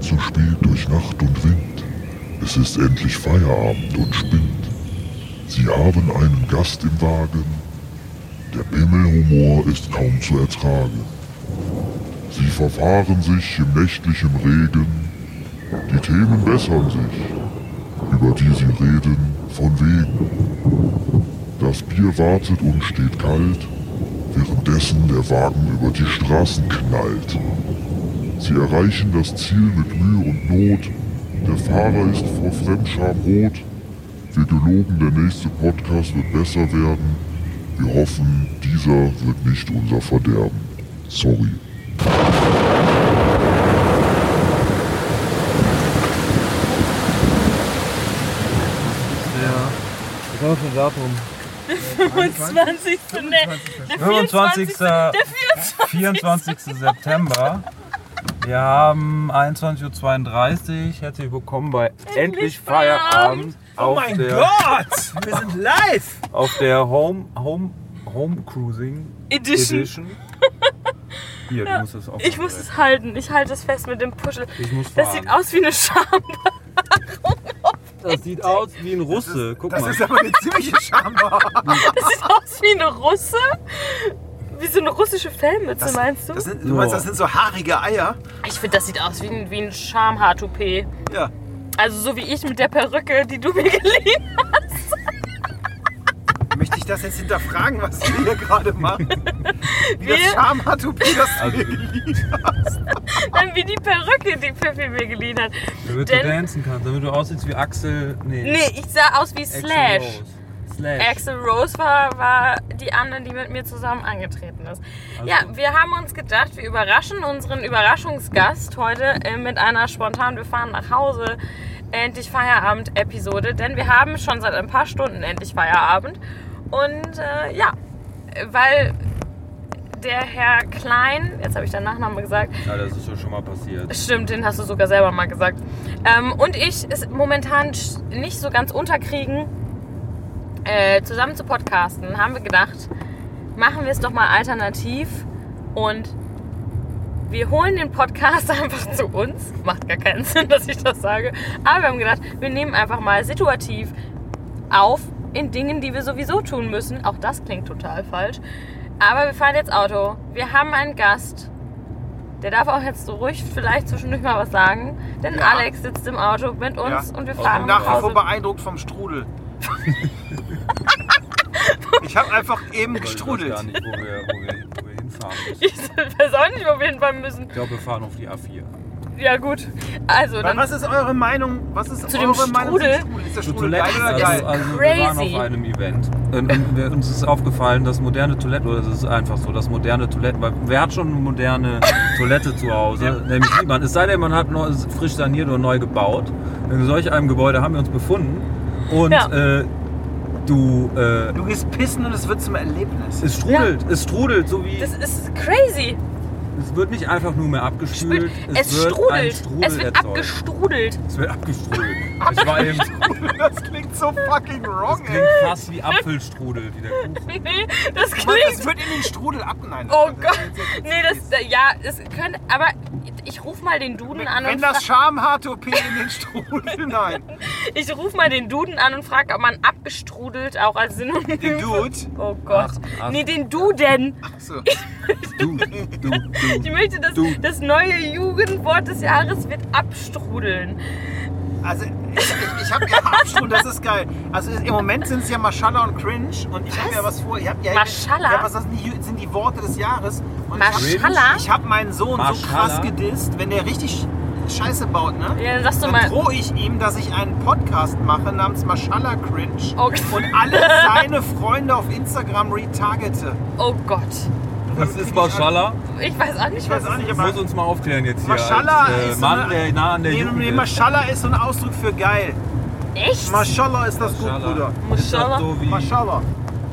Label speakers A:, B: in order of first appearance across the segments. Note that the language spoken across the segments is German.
A: spielt durch Nacht und Wind. Es ist endlich Feierabend und spinnt. Sie haben einen Gast im Wagen. Der Bimmelhumor ist kaum zu ertragen. Sie verfahren sich im nächtlichen Regen. Die Themen bessern sich, über die sie reden, von wegen. Das Bier wartet und steht kalt, währenddessen der Wagen über die Straßen knallt. Sie erreichen das Ziel mit Mühe und Not. Der Fahrer ist vor Fremdscham rot. Wir geloben, der nächste Podcast wird besser werden. Wir hoffen, dieser wird nicht unser Verderben. Sorry.
B: Ja. Was haben wir für ein Datum?
C: 25. Nee, der
B: 25.
C: 24. Der 24.
B: 24. September. Wir haben 21.32 Uhr. Herzlich willkommen bei Endlich, Feierabend.
C: Feierabend.
B: Auf der,
D: Oh Gott! Wir sind live!
B: Auf der Home, Home, Home Cruising
C: Edition.
B: Edition. Hier, du musst das auch.
C: Ich muss es halten. Ich halte es fest mit dem Puschel.
B: Ich muss
C: Das
B: fahren.
C: sieht aus wie eine Scham.
B: das sieht aus wie ein Russe. Guck
D: Das
B: mal.
D: ist aber eine ziemliche Schambar.
C: Das sieht aus wie eine Russe. Wie so eine russische Fellmütze, meinst du?
D: Das sind, du meinst, das sind so haarige Eier?
C: ich finde, das sieht aus wie ein, wie ein Schamhaar-Toupet.
D: Ja.
C: Also so wie ich mit der Perücke, die du mir geliehen
D: Möchte ich das jetzt hinterfragen, was wir hier gerade machen? Wie
C: Wir-
D: das Schamhaar-Toupet, das du
B: Also,
D: mir geliehen hast.
C: hast. Dann wie die Perücke, die Pippi mir geliehen hat.
B: Damit du
C: Denn-
B: tanzen kannst, damit du aussiehst wie Axel. Nee.
C: Nee, ich sah aus wie
B: Axel
C: Slash.
B: Rose. Slash.
C: Axel Rose war, war die andere, die mit mir zusammen angetreten ist. ja, wir haben uns gedacht, wir überraschen unseren Überraschungsgast heute äh, mit einer spontan Wir fahren nach Hause, endlich Feierabend-Episode, denn wir haben schon seit ein paar Stunden endlich Feierabend. Und äh, ja, weil der Herr Klein, jetzt habe ich den Nachnamen gesagt,
B: Ja, das ist ja schon mal passiert.
C: Stimmt, den hast du sogar selber mal gesagt. Ähm, und ich ist momentan sch- nicht so ganz unterkriegen, äh, zusammen zu podcasten, haben wir gedacht, machen wir es doch mal alternativ und wir holen den Podcast einfach zu uns. Macht gar keinen Sinn, dass ich das sage. Aber wir haben gedacht, wir nehmen einfach mal situativ auf in Dingen, die wir sowieso tun müssen. Auch das klingt total falsch. Aber wir fahren jetzt Auto. Wir haben einen Gast. Der darf auch jetzt so ruhig vielleicht zwischendurch mal was sagen. Denn
D: Ja.
C: Alex sitzt im Auto mit uns
D: Ja.
C: und wir
D: Und
C: fahren
D: nach wie
B: also
C: nach Hause.
D: vor beeindruckt vom Strudel. Ich habe einfach eben
B: Ich
D: gestrudelt.
B: weiß gar nicht, wo wir, wo wir, wo wir hinfahren müssen.
C: Ich weiß auch nicht, wo wir hinfahren müssen.
B: Ich glaube, wir fahren auf die A4.
C: Ja gut. Also
D: Aber
C: dann
D: Was ist eure Meinung? Was ist
C: Zu dem
D: eure Meinung
C: Strudel?
D: zum Strudel? Ist der
B: So
D: Strudel geil oder
B: also,
D: geil?
B: also wir waren
C: Crazy.
B: auf einem Event. Und, und wir, uns ist aufgefallen, dass moderne Toiletten, oder es ist einfach so, dass moderne Toiletten, weil wer hat schon eine moderne Toilette zu Hause? Nämlich niemand. Es sei denn, man hat neu, ist frisch saniert oder neu gebaut. In solch einem Gebäude haben wir uns befunden. Und
C: Ja.
B: äh, du, äh,
D: Du gehst pissen und es wird zum Erlebnis.
B: es strudelt, es strudelt, so wie
C: Das ist crazy.
B: es wird nicht einfach nur mehr abgespült.
C: Es,
B: wird Ein
C: strudelt.
B: Strudel
C: Es wird
B: erzeugt.
C: abgestrudelt.
B: Es wird abgestrudelt. Ich war eben,
D: Das klingt so fucking
B: das
D: wrong, ey.
B: klingt fast wie Apfelstrudel, wie der Kuchen.
C: Nee, das
D: Mann,
C: klingt.
D: das wird in den Strudel abgeneigt.
C: Oh Gott. Nee, das. Ja, es könnte. Aber ich ruf mal den Duden an
D: Wenn
C: und
D: das
C: frag-
D: Schamhaar-Toupet in den Strudel, nein.
C: ich ruf mal den Duden an und frage, ob man abgestrudelt auch als Synonym.
D: Den Dude.
C: Oh Gott.
B: Ach, ach.
C: Nee, den Duden.
D: Achso.
B: Du, du,
C: Ich
B: du.
C: möchte, dass
B: Du.
C: das neue Jugendwort des Jahres wird abstrudeln.
D: Also, ich, ich, ich habe ja Abstrudel, das ist geil. Also, im Moment sind es ja Maschallah und Cringe. Und ich habe ja was vor. Ich hab, ja,
C: Maschallah?
D: Ja, was sind die, sind die Worte des Jahres? Und
C: Maschallah?
D: Ich habe hab meinen Sohn so krass
B: Maschallah?
D: gedisst, wenn der richtig Scheiße baut, ne?
C: Ja, dann sagst du
D: Dann
C: mal.
D: drohe ich ihm, dass ich einen Podcast mache namens Maschallah Cringe
C: Oh,
D: und alle seine Freunde auf Instagram retargete.
C: oh Gott.
B: Was ist Maschallah?
C: Ich weiß auch nicht,
D: Ich
C: was
D: weiß auch nicht,
B: Du
D: aber
B: musst uns mal aufklären jetzt hier.
D: Maschallah
B: als, äh,
D: ist
B: Mann,
D: so eine,
B: der nah an der
D: nee,
B: Jugend
D: nee,
B: ist.
D: Maschallah ist so ein Ausdruck für geil.
C: Echt?
D: Maschallah ist das gut, Bruder.
B: Ist das so wie
D: Maschallah.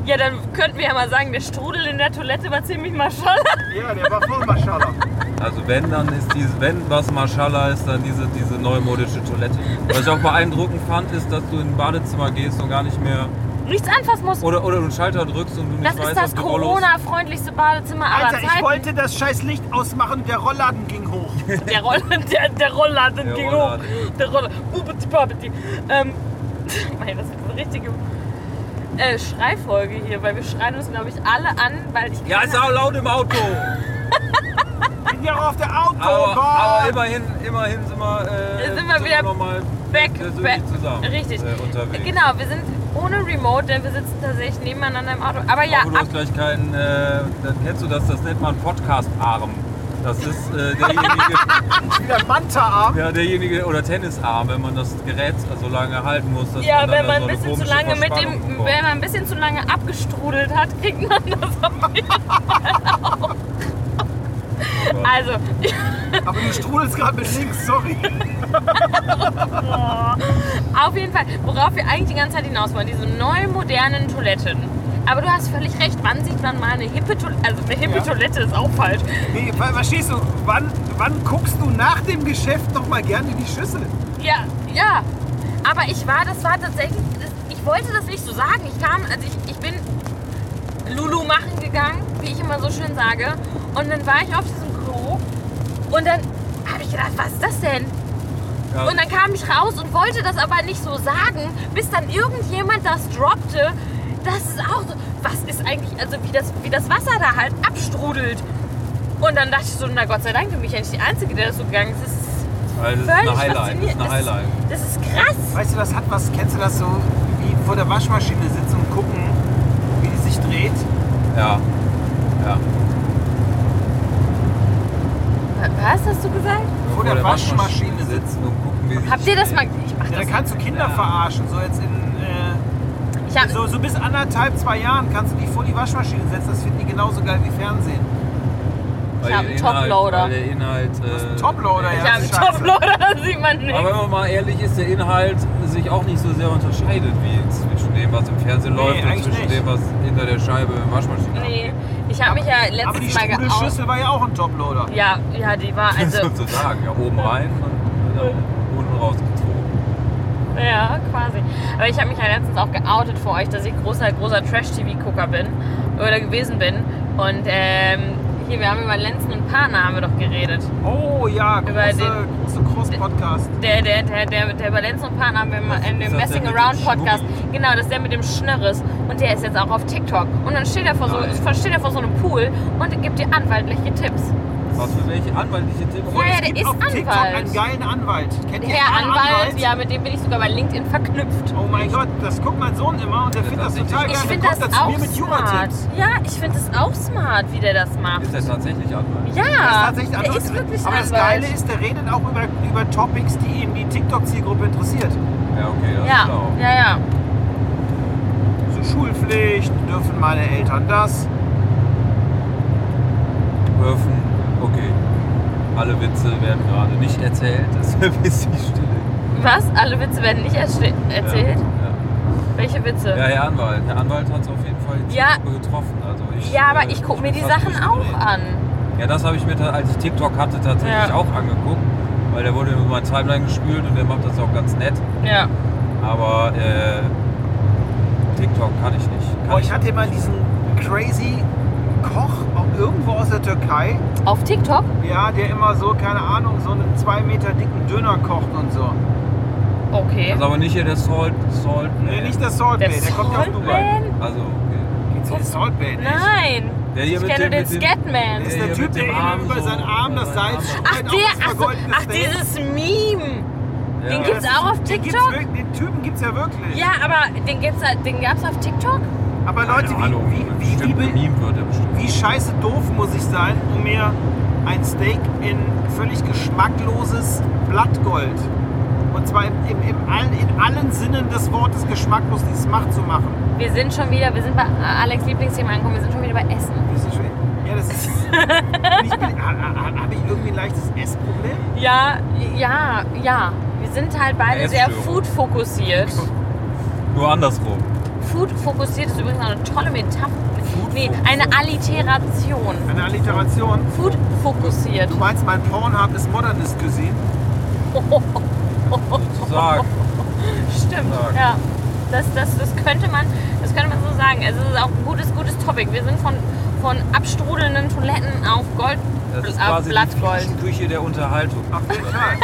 C: Ja, dann könnten wir ja mal sagen, der Strudel in der Toilette war ziemlich Maschallah.
D: Ja, der war voll Maschallah.
B: Also wenn, dann ist dieses, wenn was Maschallah ist, dann diese, diese neumodische Toilette. Was ich auch beeindruckend fand, ist, dass du in ein Badezimmer gehst und gar nicht mehr
C: nichts anfassen musst.
B: Oder, oder du einen Schalter drückst und du nicht
C: Das
B: weißt,
C: ist das
B: ob die Rollos-
C: Corona-freundlichste Badezimmer aller
D: Alter, ich
C: Zeiten.
D: wollte das scheiß Licht ausmachen und der Rollladen ging hoch.
C: Der Rollladen, der, der Rollladen
B: Der
C: ging hoch.
B: Rollladen.
C: Der Rollladen. Bubiti babiti. Ähm, mein, das wird eine richtige äh, Schreifolge hier, weil wir schreien uns, glaube ich, alle an, weil ich
B: Ja,
C: keine-
B: ist auch laut im Auto.
D: Bin ja auch auf der Autobahn.
B: Aber, aber immerhin, immerhin sind wir, äh,
C: Oh Sind wir wieder
B: noch mal
C: back,
B: persönlich
C: back.
B: zusammen
C: Richtig.
B: Äh, unterwegs.
C: Genau, wir sind ohne Remote, denn wir sitzen tatsächlich nebeneinander im Auto. Aber Genau, ja,
B: Aber du
C: ab,
B: hast gleich keinen, äh, dann kennst du das, das nennt man Podcast-Arm. Das ist äh, derjenige,
D: Wieder Manta-Arm.
B: ja, derjenige, oder Tennisarm, wenn man das Gerät so lange halten muss. Dass
C: ja,
B: man dann
C: wenn
B: so
C: man ein
B: eine
C: bisschen zu
B: komische
C: lange mit dem,
B: Verspannung bekommt.
C: wenn man ein bisschen zu lange abgestrudelt hat, kriegt man das auf jeden
B: Oh
C: Fall auch. Also,
D: Aber du strudelst gerade mit links, sorry.
C: Auf jeden Fall, worauf wir eigentlich die ganze Zeit hinaus wollen, diese neu modernen Toiletten. Aber du hast völlig recht, wann sieht man mal eine hippe Toilette? Also eine hippe
D: Ja.
C: Toilette ist auch falsch.
D: Nee, ver- verstehst du, wann, wann guckst du nach dem Geschäft noch mal gerne in die Schüssel?
C: Ja, ja. Aber ich war, das war tatsächlich, das, ich wollte das nicht so sagen. Ich kam, also ich, ich bin Lulu machen gegangen, wie ich immer so schön sage. Und dann war ich auf diesem Klo und dann habe ich gedacht, was ist das denn?
B: Ja.
C: Und dann kam ich raus und wollte das aber nicht so sagen, bis dann irgendjemand das droppte. Das ist auch so, was ist eigentlich, also wie das, wie das Wasser da halt abstrudelt. Und dann dachte ich so, na Gott sei Dank, bin ich ja nicht die Einzige, der das so gegangen ist. Das ist
B: Also das ist eine Highlight. Das ist
C: völlig faszinierend.
B: eine Highlight.
C: Das ist, das ist krass.
D: Weißt du, das hat was, kennst du das so, wie vor der Waschmaschine sitzen und gucken, wie die sich dreht?
B: Ja. ja.
C: Was hast du gesagt?
D: Vor der Waschmaschine
B: sitzen und gucken, wie sie
C: Habt ihr das mal? Ich mach
D: Ja,
C: das.
D: da kannst du Kinder
B: Ja.
D: verarschen, so jetzt in,
C: Ich hab,
D: äh, so, so bis anderthalb, zwei Jahren kannst du dich vor die Waschmaschine setzen, das finden die genauso geil wie Fernsehen.
B: Weil
C: Ich hab
B: der
C: einen
B: Inhalt-
C: Toploader.
B: weil Der Inhalt.
D: hast einen
B: äh,
D: Toploader,
C: ich
D: ja.
C: hab einen
D: Scheiße.
C: Toploader, da sieht man nichts.
B: Aber wenn man mal ehrlich ist, der Inhalt sich auch nicht so sehr unterscheidet wie zwischen dem, was im Fernsehen
D: Nee,
B: läuft und
D: eigentlich
B: zwischen
D: nicht.
B: dem, was hinter der Scheibe im Waschmaschine
C: Nee, ich habe mich ja
D: Aber die
C: letztes Mal geoutet.
D: Strudelschüssel war ja auch ein Toploader.
C: Ja, ja, die war
B: abgeht,
C: also
B: sozusagen. Ja, oben rein und dann unten rausgezogen.
C: Ja, quasi. Aber ich habe mich ja letztens auch geoutet vor euch, dass ich großer, großer Trash-TV-Gucker bin oder gewesen bin. Und ähm, hier, wir haben über Lenzen und Partner haben wir doch geredet.
D: Oh ja,
C: Über
D: große,
C: den-
D: große Großpodcast.
C: Der, der, der, der, der über Lenzen und Partner haben wir mal in
B: Ist das der
C: dem Messing
B: mit dem
C: Around Podcast. Genau, das ist der mit dem Schnörres. Und der ist jetzt auch auf TikTok. Und dann steht er vor so,
B: Nein.
C: steht er vor so einem Pool und gibt dir anwaltliche Tipps.
B: Was für welche anwaltliche Tipps?
C: Ja, ja,
D: Es gibt
C: der ist
D: auf TikTok
C: Anwalt.
D: einen geilen Anwalt. Kennt ihr
C: Der
D: einen
C: Anwalt, ja, mit dem bin ich sogar bei LinkedIn verknüpft.
D: Oh mein Gott, das guckt mein Sohn immer und der findet das total
C: Ich
D: geil.
C: finde
D: Der
C: das
D: kommt dann zu
C: auch
D: mir mit
C: smart.
D: Jura-Tipps.
C: Ja, ich finde das auch smart, wie der das macht.
B: Ist der tatsächlich Anwalt?
C: Ja,
D: Das ist tatsächlich
C: der
D: Anwalt.
C: ist wirklich
D: Aber das
C: Anwalt.
D: Geile ist, der redet auch über, über Topics, die eben die TikTok-Zielgruppe interessiert.
B: Ja, okay, das ist
C: ja,
B: schlau.
C: ja, ja.
D: So Schulpflicht, dürfen meine Eltern das?
B: Dürfen, okay. Alle Witze werden gerade nicht erzählt, deshalb ist die Stille.
C: Was? Alle Witze werden nicht erste- erzählt? Welche Witze?
B: Ja, ja. ja, Herr Anwalt. Herr Anwalt hat es auf jeden Fall die
C: Ja.
B: Zielgruppe getroffen. Also ich,
C: Ja,
B: äh,
C: aber ich gucke mir
B: bin
C: die
B: fast
C: Sachen
B: nicht
C: auch
B: berät.
C: an.
B: Ja, das habe ich mir, ta- als ich TikTok hatte, tatsächlich
C: Ja.
B: auch angeguckt, weil der wurde über mein Timeline gespült und der macht das auch ganz nett.
C: Ja.
B: Aber äh, TikTok kann ich nicht. Kann
D: Boah, ich hatte mal diesen crazy Koch auch irgendwo aus der Türkei,
C: Auf TikTok?
D: ja, der immer so, keine Ahnung, so einen zwei Meter dicken Döner kocht und so.
C: Okay.
B: Das ist Also aber nicht hier der Salt. Salt
D: Nee, nicht der Salt Bay,
C: Der
D: der, kommt ja auf
C: Salt
D: Dubai.
C: Man?
B: Also, okay.
D: Geht's um Salt Bay nicht?
C: Nein.
B: Der hier
C: ich
B: mit
C: kenne
B: dem-
C: den
B: mit dem-
C: Scatman.
D: Das ist
B: Der hier
D: der Typ,
B: mit
D: der
B: dem
D: eben
B: Arm
D: über
B: so-
D: seinen Arm das
B: über seinen
D: Salz
B: Arm.
C: Ach,
D: streut
C: der,
D: auf Genau, das
C: ach, so,
D: vergoldete
C: ach,
D: Steak.
C: dieses Meme. Den
B: Ja.
C: gibt's
D: Das ist-
C: auch auf
D: den gibt's
C: TikTok?
D: wirklich- Den Typen gibt's ja wirklich.
C: Ja, aber den, gibt's, da- den gab's auf TikTok?
D: Aber
B: Keine
D: Leute,
B: Ahnung,
D: wie, wie, wie,
B: bestimmt
D: wie,
B: gemimt wird er bestimmt.
D: wie scheiße doof muss ich sein, um mir ein Steak in völlig geschmackloses Blattgold, und zwar im, im, im, allen- in allen Sinnen des Wortes geschmacklos, dieses Macht zu machen.
C: Wir sind schon wieder, wir sind bei Alex Lieblingsthema angekommen, wir sind schon wieder bei Essen.
D: Das ist schon- Ja, das ist. ich bin, habe ich irgendwie ein leichtes Essproblem?
C: Ja, ja, ja. Wir sind halt beide sehr
B: Essstörung.
C: food-fokussiert.
B: Nur andersrum.
C: Food fokussiert ist übrigens auch eine tolle Metapher. Nee, eine Alliteration.
D: Eine Alliteration.
C: Food fokussiert.
D: Du meinst, mein Pornhub ist Modernist Cuisine?
B: Sozusagen.
C: Stimmt.
B: Sagen.
C: Ja. Das, das, das, könnte man, das könnte man so sagen. Also es ist auch ein gutes, gutes Topic. Wir sind von, von abstrudelnden Toiletten auf Gold,
B: Das ist
C: auf
B: quasi
C: Blattgold.
B: die Küche der Unterhaltung.
D: Auf jeden Fall.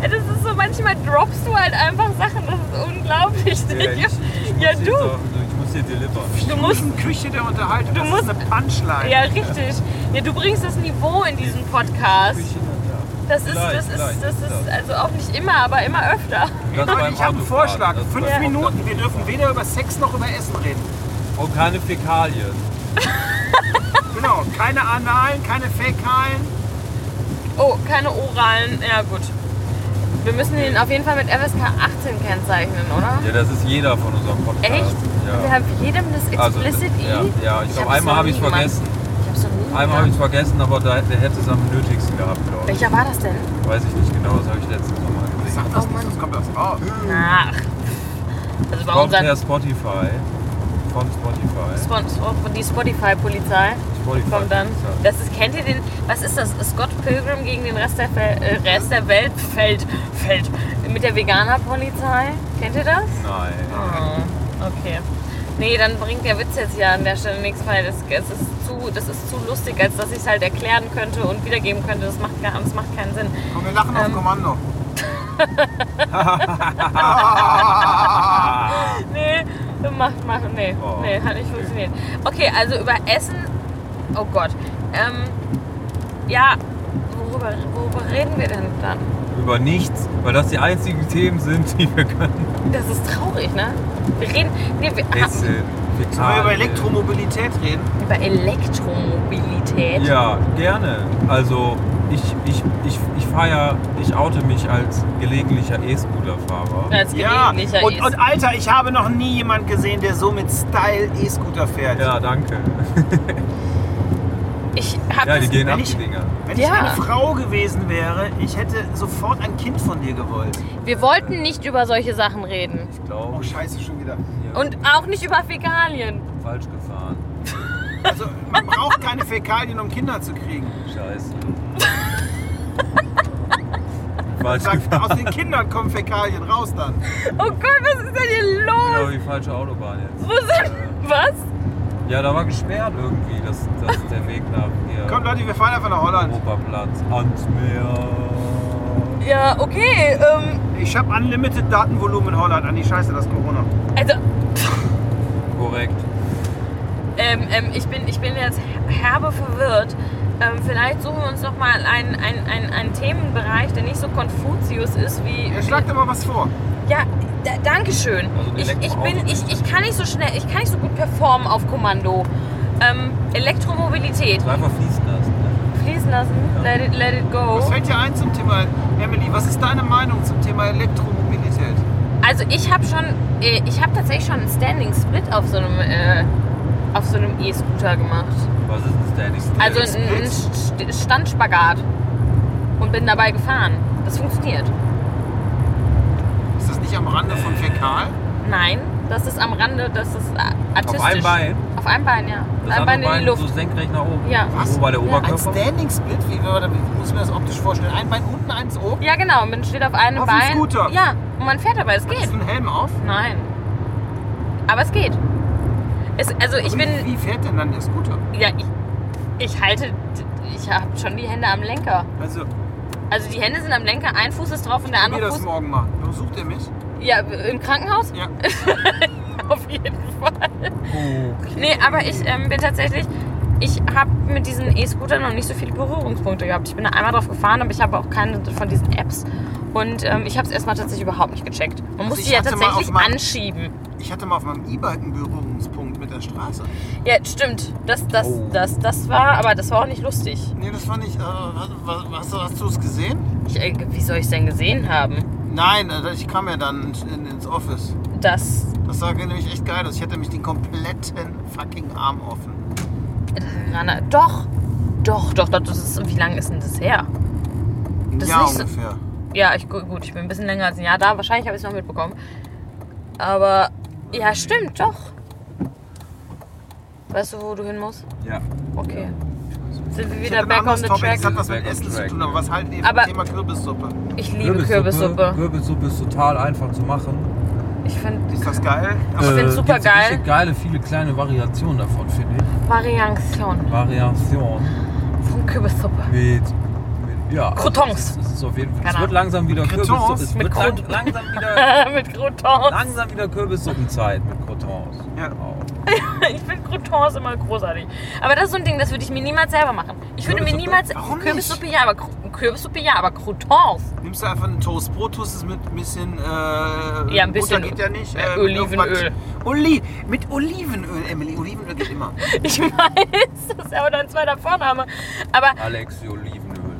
C: Das ist so, manchmal droppst du halt einfach Sachen, das ist unglaublich.
B: ich-
C: ja,
B: ich muss
C: du,
B: jetzt auch- Ich muss hier delivern.
C: du musst
D: Küche der Unterhaltung. Das
C: musst-
D: ist eine Punchline.
C: Ja, richtig. Ja, du bringst das Niveau in diesen Podcast.
B: Küche,
C: Das ist,
B: Vielleicht,
C: das ist,
B: vielleicht,
C: das ist,
B: vielleicht.
C: also auch nicht immer, aber immer öfter.
B: ja. Das beim
D: Ich habe einen
B: Autofahren,
D: Vorschlag.
B: das
D: Fünf
B: beim
D: Minuten. Wir dürfen weder über Sex noch über Essen reden.
B: Autofahren. Und keine Fäkalien.
D: Genau. Keine Analen, keine Fäkalen.
C: Oh, keine oralen. Ja, gut. Wir müssen ihn auf jeden Fall mit FSK 18 kennzeichnen, oder?
B: Ja, das ist jeder von unserem Podcast.
C: Echt? Wir
B: Ja. Also,
C: haben jedem das Explicit
B: ja,
C: I.
B: ja, ich
C: Ich
B: glaube,
C: hab's
B: einmal
C: noch
B: habe ich
C: nie gemacht.
B: vergessen.
C: Ich hab's noch nie
B: Einmal habe ich
C: gemacht.
B: es vergessen, aber da hätte, hätte es am nötigsten gehabt, glaube ich.
C: Welcher war das denn?
B: Weiß ich nicht genau, das habe ich letztens nochmal gesehen.
D: Sag das nicht, sonst kommt das raus.
C: Ach. Also bei
B: Kommt
C: unseren
B: per Spotify. Von Spotify.
C: Spon Spon- die Spotify-Polizei
B: Spotify.
C: kommt dann.
B: Ja.
C: Das ist, kennt ihr den, was ist das? Scott Pilgrim gegen den Rest der, Fel äh, Rest der Welt fällt, fällt mit der Veganer-Polizei. Kennt ihr das?
B: Nein.
C: Oh, okay. Nee, dann bringt der Witz jetzt hier an der Stelle nichts, weil das, es ist zu, das ist zu lustig, als dass ich es halt erklären könnte und wiedergeben könnte. Das macht, gar- das macht keinen Sinn.
D: Komm, wir lachen auf Kommando.
C: Nee, macht, macht, nee,
B: Oh.
C: nee, hat nicht funktioniert. Okay, also über Essen, oh Gott. Ähm, ja, worüber, worüber reden wir denn dann?
B: Über nichts, weil das die einzigen Themen sind, die wir können.
C: Das ist traurig, ne? Wir reden nee, wir, ah,
B: Essen.
D: Sollen wir
B: Fäkalien.
D: über Elektromobilität reden?
C: über Elektromobilität.
B: Ja, gerne. Also ich, ich, ich, ich fahre ja, ich oute mich als gelegentlicher E-Scooter-Fahrer.
C: Als gelegentlicher
D: und,
C: ist.
D: und Alter, ich habe noch nie jemanden gesehen, der so mit Style E-Scooter fährt.
B: Ja, danke.
C: ich hab
B: Ja, die
C: das-
B: gehen ab,
D: wenn
B: die
D: ich-
B: Dinger.
D: Wenn
C: Ja.
D: ich eine Frau gewesen wäre, ich hätte sofort ein Kind von dir gewollt.
C: Wir wollten nicht über solche Sachen reden.
B: Ich glaube,
D: Oh, scheiße, schon wieder.
C: Und auch nicht über Fäkalien.
B: falsch gefahren.
D: Also, man braucht keine Fäkalien, um Kinder zu kriegen.
B: Scheiße. falsch
D: Sagt,
B: gefahren.
D: aus den Kindern kommen Fäkalien raus dann.
C: Oh Gott, was ist denn hier
B: Genau
C: los?
B: die falsche Autobahn jetzt.
C: Wo sind, was?
B: Ja, da war gesperrt irgendwie, dass, dass der Weg nach hier.
D: Komm, Leute, wir fahren einfach nach Holland.
B: Europaplatz, ans Meer.
C: Ja, okay. Ähm,
D: Ich habe unlimited Datenvolumen in Holland. An die Scheiße, das Corona.
C: also,
B: Korrekt.
C: ähm, ähm, ich, bin, ich bin jetzt herbe verwirrt. Ähm, vielleicht suchen wir uns noch mal einen, einen, einen, einen Themenbereich, der nicht so Konfuzius ist wie.
D: Ja, schlag dir mal was vor.
C: Ja, da, danke schön.
B: Also ein
C: ich, ich,
B: Elektroauto
C: bin, ich,
B: ist
C: ich kann nicht so schnell, ich kann nicht so gut performen auf Kommando. Ähm, Elektromobilität.
B: So einfach fließen lassen. Ne?
C: Fließen lassen. Let it, let it go.
D: Was fällt dir ein zum Thema, Emily? Was ist deine Meinung zum Thema Elektromobilität?
C: Also ich habe schon, äh, ich habe tatsächlich schon einen Standing Split auf so einem, äh, auf so einem E-Scooter gemacht.
B: Was ist denn der nächste?
C: Also einen einen St- Standspagat und bin dabei gefahren. Das funktioniert.
D: Ist das nicht am Rande von Fäkal?
C: Nein, das ist am Rande, das ist a- artistisch.
B: Auf einem Bein?
C: Auf einem Bein, ja.
B: Das
C: ein
B: andere
C: Bein in die
B: Bein so
C: Luft.
B: senkrecht nach oben.
C: Ja.
B: Was? Wobei der
C: Ja.
D: Ein
B: Oberkörper.
D: Standing Split? Wie, wie muss ich mir das optisch vorstellen? Ein Bein unten, eins oben?
C: Ja genau, man steht auf einem
D: Auf dem
C: Bein.
D: Scooter.
C: Ja, und man fährt dabei, es
D: Hast
C: geht.
D: du einen Helm auf?
C: Nein. Aber es geht. Es, also ich
D: Und
C: bin,
D: Wie fährt denn dann der Scooter?
C: ja, ich, ich halte, ich habe schon die Hände am Lenker.
D: Also,
C: Also die Hände sind am Lenker, ein Fuß ist drauf und der
D: mir
C: andere
D: das
C: Fuß.
D: morgen mal. Besucht ihr mich?
C: Ja, im Krankenhaus?
D: Ja.
C: Auf jeden Fall. Nee, aber ich ähm, bin tatsächlich. Ich habe mit diesen E-Scootern noch nicht so viele Berührungspunkte gehabt. Ich bin da einmal drauf gefahren, aber ich habe auch keine von diesen Apps. Und ähm, ich habe es erstmal tatsächlich überhaupt nicht gecheckt. Man muss
D: Also ich
C: die ja
D: hatte mal
C: tatsächlich
D: auf mein-
C: anschieben.
D: Ich hatte mal auf meinem E-Bike einen Berührungspunkt mit der Straße.
C: Ja, stimmt. Das, das, das, das war, aber das war auch nicht lustig.
D: Nee, das fand ich. Äh, was, was, hast du es gesehen?
C: Ich, äh, wie soll ich es denn gesehen haben?
D: Nein, also ich kam ja dann in, ins Office.
C: Das,
D: Das sah nämlich echt geil aus. Ich hatte nämlich den kompletten fucking Arm offen.
C: Rana, doch, doch, doch, doch. Das ist, wie lange ist denn das her?
D: Ein
C: Das
D: Jahr
C: ist nicht
D: ungefähr.
C: Ja, ich, gu- gut, ich bin ein bisschen länger als ein Jahr da. Wahrscheinlich habe ich es noch mitbekommen. Aber ja, stimmt, doch. Weißt du, wo du hin musst?
B: Ja.
C: Okay. Sind wir
D: Ich
C: wieder
D: hätte ein
C: back on
D: anderes
C: the
D: Topic,
C: track?
D: das hat was mit
B: Back on
D: Essen zu
B: track.
D: tun, aber was haltet ihr
C: Aber-
D: vom Thema Kürbissuppe?
C: Ich liebe Kürbissuppe.
B: Kürbissuppe ist total einfach zu machen. Äh,
C: Ich finde
D: Ist das geil? Aber
C: find's
B: gibt's
C: super geil.
B: Richtig geile, viele kleine Variationen davon, finde ich.
C: Variation
B: Variation
C: von Kürbissuppe.
B: mit, mit ja.
C: Croutons.
B: Es, ist- es, ist auf jeden Fall,
C: Keine
B: es wird
C: Ahnung.
B: langsam wieder
D: Croutons?
B: Kürbissuppe. Es
C: Mit
B: wird lang,
C: Croutons.
B: langsam wieder
C: Mit Croutons.
B: langsam wieder Kürbissuppenzeit mit Croutons.
D: Ja.
B: Wow.
C: Ich finde Croutons immer großartig. Aber das ist so ein Ding, das würde ich mir niemals selber machen. Ich würde mir
B: Kürbissuppe?
C: niemals
D: Warum nicht?
C: Kürbissuppe ja, aber Cro- Kürbissuppe ja, aber Croutons.
D: nimmst du einfach ein Toastbrot, tust es mit ein bisschen. Äh, ja,
C: ein bisschen
D: geht ja nicht.
C: äh,
D: mit irgendwas-
C: Olivenöl.
D: Oli mit Olivenöl, Emily. Olivenöl geht immer.
C: Ich weiß, das ist aber dein zweiter Vorname. Aber
B: Alex Olivenöl.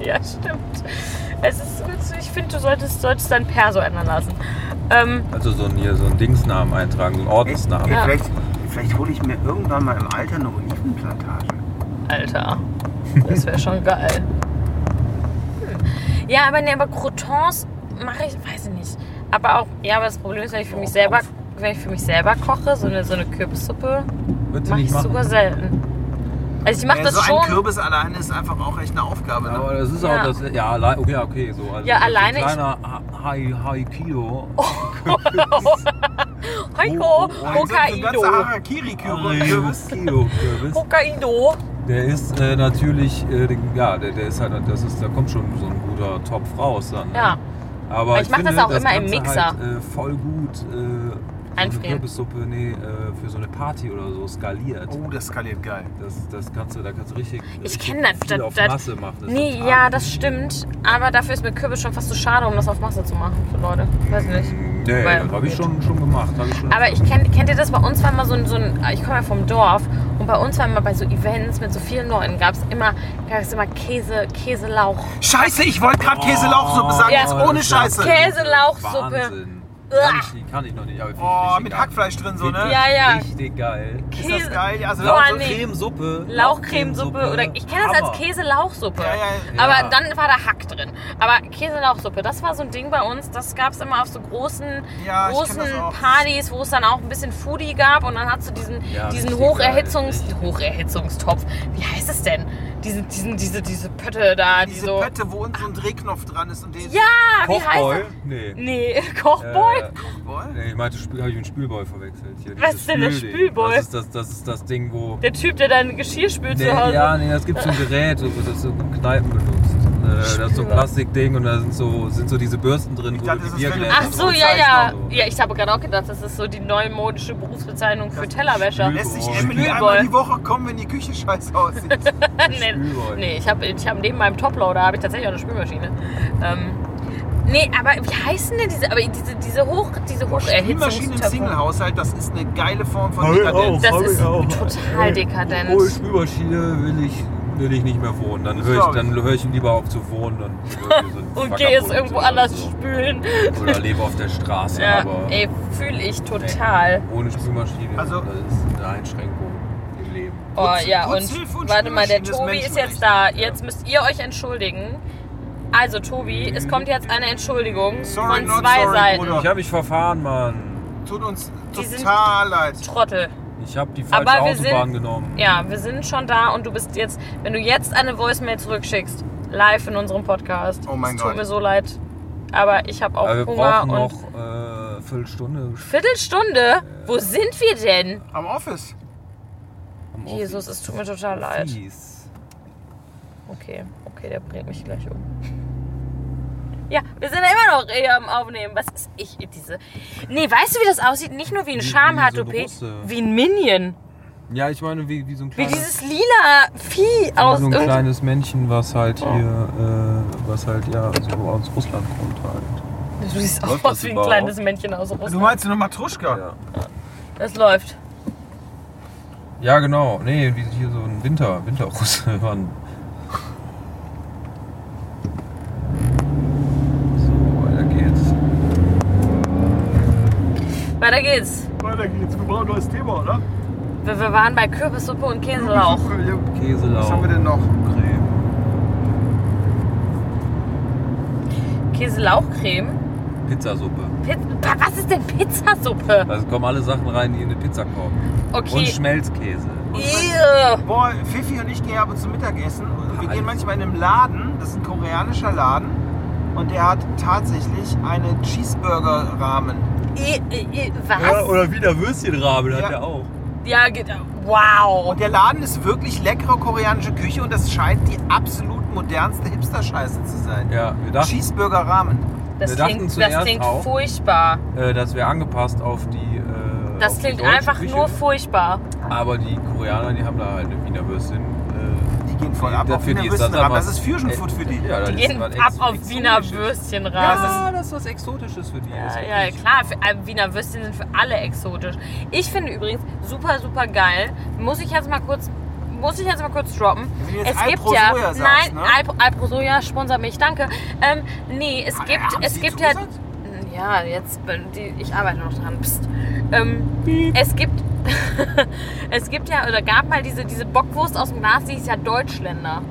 C: ja, stimmt. Es ist gut. so- Ich finde, du solltest, solltest dein Perso ändern lassen. Ähm,
B: Also so ein, hier so ein Dingsnamen eintragen, so ein Ordensnamen.
D: Ey,
C: Ja.
D: Vielleicht, vielleicht hole ich mir irgendwann mal im Alter eine Olivenplantage.
C: Alter, das wäre schon geil. Hm. Ja, aber nee, aber Croutons mache ich, weiß ich nicht. Aber auch, ja, aber das Problem ist, wenn ich für mich selber, wenn ich für mich selber koche, so eine, so eine Kürbissuppe,
B: Bitte
C: mache ich
B: nicht machen.
C: sogar selten. Also ich mache
D: Ey,
C: das
D: so ein
C: schon.
D: Kürbis alleine ist einfach auch echt eine Aufgabe. Ne?
B: Aber das ist
C: Ja.
B: auch das. Ja, allein, okay, okay. So, also
C: Ja,
B: so
C: alleine Oh.
B: Ein kleiner Ha- Hai- Haikido.
C: Heiko,
D: Oh, Ein so- so ein ganzer
C: Hokkaido.
B: Oh,
D: Harakiri-Kürbis.
B: Haikido-Kürbis.
C: Hokkaido.
B: Der ist äh, natürlich. Äh, den- ja, der, der ist halt. Das ist, da kommt schon so ein guter Topf raus dann. ne?
C: Ja.
B: Aber
C: Ich mach
B: finde,
C: das auch immer im
B: Ganze
C: Mixer.
B: Halt, äh, voll gut. Äh, für
C: Einfrieren.
B: Eine Kürbissuppe, nee, äh, für so eine Party oder so skaliert.
D: Oh, das skaliert geil.
B: Das, das kannst du, da kannst du richtig.
C: Ich
B: richtig
C: kenn das,
B: Viel
C: das-
B: auf
C: das-
B: Masse machen. Das ist
C: Nee,
B: total
C: ja,
B: gut.
C: das stimmt. Aber dafür ist mir Kürbis schon fast zu schade, um das auf Masse zu machen für Leute. Weiß nicht.
B: Nee,
C: Weil-
B: das habe ich schon, schon gemacht. Hab ich schon
C: Aber ich kenn, kennt ihr das? Bei uns war immer so ein, so ein ich komme ja vom Dorf und bei uns war immer bei so Events mit so vielen Leuten gab es immer, gab's immer Käse, Käselauch.
D: Scheiße, ich wollte gerade Käselauchsuppe sagen,
C: Ja.
D: jetzt ohne
B: Oh, das ist ja
D: Scheiße.
C: Okay. Käselauchsuppe.
B: Wahnsinn.
C: Uah.
B: Kann ich, nicht, kann ich noch nicht. Aber find ich
D: Oh,
B: richtig
D: mit
B: geil.
D: Hackfleisch drin so,
B: Find
D: ne?
B: ich
C: Ja, ja.
B: Richtig geil.
C: Käse,
D: Ist das geil? Also,
C: Boah,
D: so-
C: nee.
B: Cremesuppe.
C: Lauchcremesuppe oder ich kenne das als
B: Hammer.
C: Käselauchsuppe.
D: Ja, ja,
B: ja.
C: Aber dann war da Hack drin. Aber Käselauchsuppe, das war so ein Ding bei uns, das gab es immer auf so großen,
D: Ja, ich
C: großen
D: kenn das auch.
C: Partys, wo es dann auch ein bisschen Foodie gab und dann hast du diesen,
B: Ja,
C: diesen
B: richtig
C: Hocherhitzungs
B: geil, richtig.
C: Hocherhitzungstopf. Wie heißt es denn? Diesen, diesen, diese, diese Pötte da, die
D: Diese
C: so.
D: Pötte, wo unten so ein Drehknopf dran ist und den
C: Ja, wie heißt
B: Kochboy?
C: das?
B: Nee.
C: Nee,
B: Äh,
C: Kochboy?
D: Boah.
B: nee, ich meinte, Spül- hab ich mit Spülboy verwechselt. Hier,
C: Was
B: dieses
C: ist denn der
B: Spülding.
C: Spülboy?
B: Das ist das, das ist das Ding, wo.
C: Der Typ, der dein Geschirr spült
B: Nee,
C: zu Hause.
B: ja, nee, das gibt so ein Gerät, so- das ist so in Kneipen benutzt. Äh, das ist so ein
C: Spülboy.
B: Plastikding und da sind so, sind so diese Bürsten drin, wo
D: dachte,
B: du
D: das
B: die
D: ist
B: Biergläser
C: Ach so,
B: drauf
C: ja, ja.
B: zeichnest.
C: Ja, ich habe gerade auch gedacht, das ist so die neumodische Berufsbezeichnung für Tellerwäscher.
D: Lässt sich
B: Oh,
D: Emily
C: Spülboy.
D: einmal die Woche kommen, wenn die Küche scheiße aussieht.
C: nee,
B: Spülboy.
C: nee, ich habe ich hab neben meinem Toploader habe ich tatsächlich auch eine Spülmaschine. Ähm, nee, aber wie heißen denn diese, aber diese, diese Hoch, diese
D: Spülmaschine im
C: Hocherhitzungstöpfe?
D: Singlehaushalt, das ist eine geile Form von
B: Hör
D: Dekadenz.
B: auf.
C: Das
B: Hab
C: ist
B: ich auch.
C: total dekadent.
B: Ohne Spülmaschine will ich, will ich nicht mehr wohnen. Dann höre ich, dann höre ich lieber auf zu wohnen und,
C: Und gehe jetzt irgendwo anders
B: so.
C: spülen.
B: Oder lebe auf der Straße.
C: Ja,
B: aber
C: ey, fühle ich total.
B: ohne Spülmaschine
D: Also-
B: das ist eine Einschränkung im Leben.
C: Oh
D: Putz-
C: ja, und
D: Putzhilfe und
C: warte mal, der
D: Spülmaschine ist
C: Tobi ist jetzt
D: Menschenrecht.
C: da. Jetzt müsst ihr euch entschuldigen. Also Tobi, es kommt jetzt eine Entschuldigung
D: Sorry,
C: von
D: not
C: zwei
D: sorry,
C: Seiten.
D: Bruder.
B: Ich habe mich verfahren, Mann.
D: Tut uns
C: Die sind-
D: total leid.
C: Trottel.
B: Ich habe die
C: Aber
B: falsche
C: wir
B: Autobahn
C: sind-
B: genommen.
C: Ja, wir sind schon da und du bist jetzt, wenn du jetzt eine Voicemail zurückschickst, live in unserem Podcast.
D: Oh mein
C: es
D: Gott.
C: Tut mir so leid, aber ich habe auch
B: Aber wir
C: Hunger
B: brauchen
C: und
B: noch äh, Viertelstunde.
C: Viertelstunde. Wo sind wir denn?
D: Am Office.
B: am
C: Jesus, es tut mir total leid.
B: Fies.
C: Okay, okay, der bringt mich gleich um. Ja, wir sind ja immer noch eher am Aufnehmen. Was ist ich diese? Nee, weißt du, wie das aussieht? Nicht nur wie ein
B: Wie-
C: Schamhartopé,
B: wie so eine Russe.
C: wie ein Minion.
B: Ja, ich meine, wie, wie so ein
C: Wie
B: kleines,
C: dieses lila Vieh
B: wie
C: aus
B: so ein
C: irgend- Oh.
B: kleines Männchen, was halt hier, äh, was halt ja so aus Russland kommt halt.
C: Du siehst auch
B: Läuft das
C: aus wie ein
B: überhaupt?
C: kleines Männchen aus
D: Du
C: Russland.
D: meinst nur Matruschka?
B: Ja.
C: Das läuft.
B: Ja, genau. Nee, wie hier so ein Winter, Winterrusse waren. So, weiter geht's.
C: Weiter geht's.
D: Weiter geht's. Wir brauchen ein neues Thema, oder?
C: Wir, wir waren bei Kürbissuppe und Käselauch.
B: Käselauch.
D: Was haben wir denn noch?
B: Creme.
C: Käselauchcreme?
B: Pizzasuppe.
C: Piz Pa- was ist denn Pizzasuppe?
B: Da kommen alle Sachen rein, die in eine Pizza kommen. Und
C: Okay.
B: Schmelzkäse.
C: Ew.
D: Boah, Fifi und ich gehen aber zum Mittagessen. Und wir
B: Alter.
D: gehen manchmal in einem Laden, das ist ein koreanischer Laden. Und der hat tatsächlich einen Cheeseburger-Rahmen.
C: I- I- I-
B: Oder,
C: Was?
B: oder wieder Würstchenrahmen hat
D: Ja.
B: der auch.
C: Ja, geht. Wow.
B: Oh.
D: Und der Laden ist wirklich leckere koreanische Küche und das scheint die absolut modernste Hipster-Scheiße zu sein.
B: Ja, wir dachten,
D: Cheeseburger-Rahmen.
C: Das
B: Wir dachten
C: klingt, das
B: zuerst
C: klingt
B: auch-
C: furchtbar.
B: äh, das wäre angepasst auf die. Äh, auf
C: Das
B: die
C: klingt
B: deutsche
C: einfach
B: Küche.
C: nur furchtbar.
B: Aber die Koreaner, die haben da halt eine Wiener Würstchen. Äh,
D: Die gehen voll ab
B: da-
D: auf Wiener
B: ist
D: Würstchenrahmen.
B: aber-
D: Das ist Fusion Food für die.
B: Ja, das
C: Die
B: ist
C: gehen
B: was
C: ab
B: Ex-
C: auf Wiener
B: Exotisches.
C: Würstchenrahmen.
B: Ja, das ist was Exotisches für die. Das ist
C: Ja, ja,
B: richtig.
C: klar, für, äh, Wiener Würstchen sind für alle exotisch. Ich finde übrigens super, super geil. Muss ich jetzt mal kurz, muss ich jetzt mal kurz droppen.
D: Wenn du jetzt
C: es gibt
D: Alpro
C: ja,
D: Soja sagst,
C: nein,
D: ne?
C: Alpro, Alpro Soja sponsert mich, danke. Ähm, nee, es
D: Ah,
C: gibt,
D: haben
C: es
D: Sie
C: gibt halt ja, ja,
D: zugesagt?
C: jetzt, bin die, ich arbeite noch dran. Psst. Ähm, es gibt, es gibt ja oder gab mal diese diese Bockwurst aus dem Glas, die ist ja Deutschländer.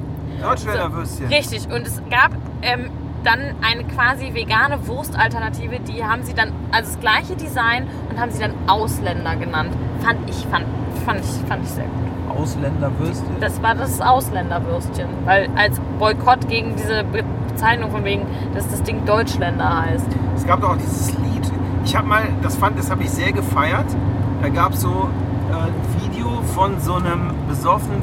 D: Deutschländer Würstchen.
C: Richtig, und es gab ähm, dann eine quasi vegane Wurstalternative, die haben sie dann, also das gleiche Design und haben sie dann Ausländer genannt. Fand ich, fand, fand ich, fand ich sehr gut.
B: Ausländerwürstchen.
C: Das war das Ausländerwürstchen, weil als Boykott gegen diese Be- Bezeichnung von wegen, dass das Ding Deutschländer heißt.
D: Es gab doch auch dieses Lied. Ich habe mal, das fand, das habe ich sehr gefeiert. Da gab es so äh, ein Video von so einem besoffenen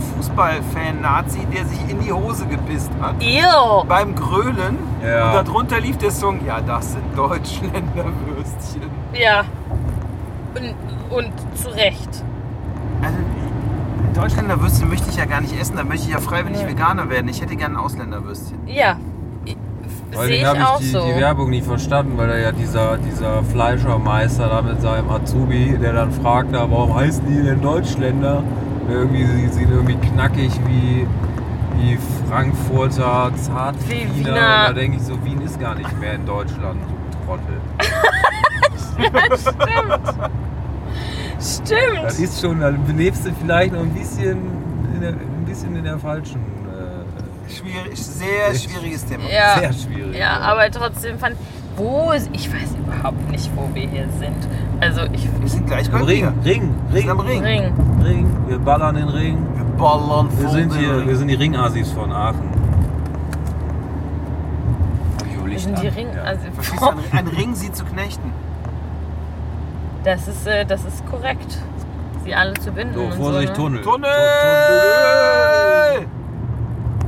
D: Fußballfan-Nazi, der sich in die Hose gepisst hat.
C: Ew!
D: Beim Grölen.
B: Ja.
D: Und darunter lief der Song, ja, das sind Deutschländerwürstchen.
C: Ja. Und, und zu Recht.
D: Also, Deutschländerwürstchen möchte ich ja gar nicht essen. Da möchte ich ja freiwillig
C: Nee.
D: Veganer werden. Ich hätte gerne ein Ausländerwürstchen.
C: Ja.
B: Vor allen
C: Sehe ich
B: Dingen
C: auch
B: habe ich die,
C: so.
B: die Werbung nicht verstanden, weil da ja dieser, dieser Fleischermeister da mit seinem Azubi, der dann fragt, "Na, warum heißen die denn Deutschländer? Irgendwie, sie sind irgendwie knackig wie, wie Frankfurter Zartwiener.
C: Wie Wiener.
B: Und da denke ich so, Wien ist gar nicht mehr in Deutschland, du Trottel.
C: Stimmt.
B: Das ist schon, da lebst du vielleicht noch ein bisschen in der, ein bisschen in der falschen, äh,
D: Schwierig, sehr
B: Echt?
D: schwieriges Thema.
C: Ja.
B: sehr schwierig.
C: Ja, aber trotzdem fand wo ist, ich weiß überhaupt nicht, wo wir hier sind. Also ich
D: Wir sind gleich bei
B: Am Ring,
D: dir.
B: Ring,
D: Wir sind am
B: Ring,
D: Ring.
C: Ring.
B: Ring, wir ballern den Ring.
D: Wir ballern
B: Wir
D: voll
B: sind
D: den
B: hier,
D: Ring.
B: wir sind die Ringasis von Aachen. Jo,
C: Wir
B: Licht
C: sind die
B: an.
C: Ring.
B: Ja.
C: Also,
D: Verstehst du, ein, ein Ring sie zu knechten.
C: das ist äh, das ist korrekt. Sie alle zu binden.
B: so,
C: und
B: Vorsicht,
C: so, ne?
B: Tunnel.
D: Tunnel!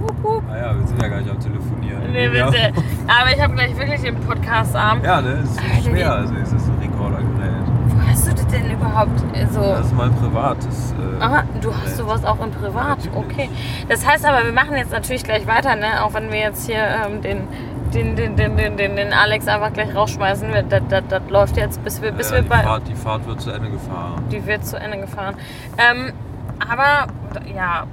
C: Wupp, wupp.
B: Ah ja, wir sind ja gar nicht am Telefonieren.
C: Nee,
B: ja.
C: bitte. Aber ich habe gleich wirklich den Podcast-Arm.
B: ja, ne, es ist
C: Alter,
B: schwer.
C: die-
B: Also, es ist ein Rekordergerät.
C: Wo hast du das denn überhaupt äh, so?
B: Das ist mein privates. Äh,
C: Aha, du hast
B: Gerät.
C: sowas auch im Privat.
B: Natürlich.
C: Okay. Das heißt aber, wir machen jetzt natürlich gleich weiter, ne? Auch wenn wir jetzt hier ähm, den, den, den, den, den, den, den Alex einfach gleich rausschmeißen. Wir- Das, das, das läuft jetzt, bis wir, bis
B: ja,
C: wir
B: äh, die,
C: bei.
B: Fahrt, die Fahrt wird zu Ende gefahren.
C: Die wird zu Ende gefahren. Ähm, aber, ja.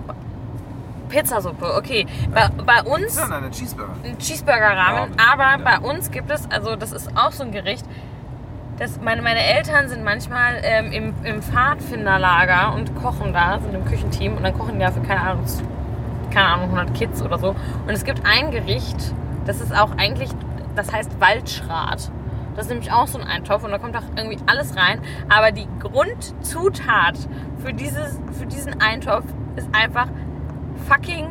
C: Pizzasuppe, okay. Bei, bei uns
D: Nein, nein, ein Cheeseburger.
C: ein Cheeseburger-Rahmen,
B: Ja,
C: aber
B: ja.
C: bei uns gibt es, also das ist auch so ein Gericht, das, meine, meine Eltern sind manchmal ähm, im, im Pfadfinderlager und kochen da, sind im Küchenteam und dann kochen die dafür, keine Ahnung, z- keine Ahnung 100 Kids oder so. Und es gibt ein Gericht, das ist auch eigentlich, das heißt Waldschrat. Das ist nämlich auch so ein Eintopf und da kommt auch irgendwie alles rein. Aber die Grundzutat für, dieses, für diesen Eintopf ist einfach fucking